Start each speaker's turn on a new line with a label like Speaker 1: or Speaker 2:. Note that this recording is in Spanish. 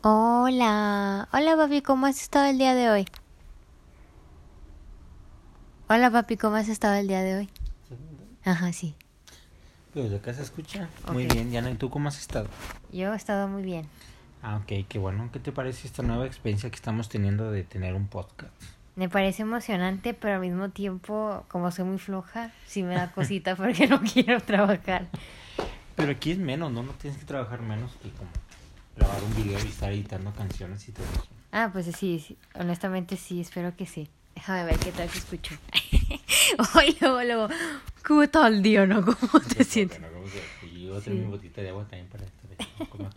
Speaker 1: Hola, hola papi, ¿cómo has estado el día de hoy? Hola papi, ¿cómo has estado el día de hoy? Ajá, sí.
Speaker 2: Pues acá se escucha. Muy
Speaker 1: Ok.
Speaker 2: bien, Diana. ¿Y tú cómo has estado?
Speaker 1: Yo he estado muy bien.
Speaker 2: Ah, ok, qué bueno. ¿Qué te parece esta nueva experiencia que estamos teniendo de tener un podcast?
Speaker 1: Me parece emocionante, pero al mismo tiempo, como soy muy floja, sí me da cosita porque no quiero trabajar.
Speaker 2: Pero aquí es menos, ¿no? No tienes que trabajar menos que como grabar un video y estar editando canciones y todo eso.
Speaker 1: Ah, pues sí, sí, honestamente sí, espero que sí. Déjame ver qué tal se escuchó. Hoy luego, luego, ¿cómo tal día, no? ¿Cómo te sientes?
Speaker 2: Bueno, vamos a- Y yo voy a tener mi botita de agua también para estar ahí, como-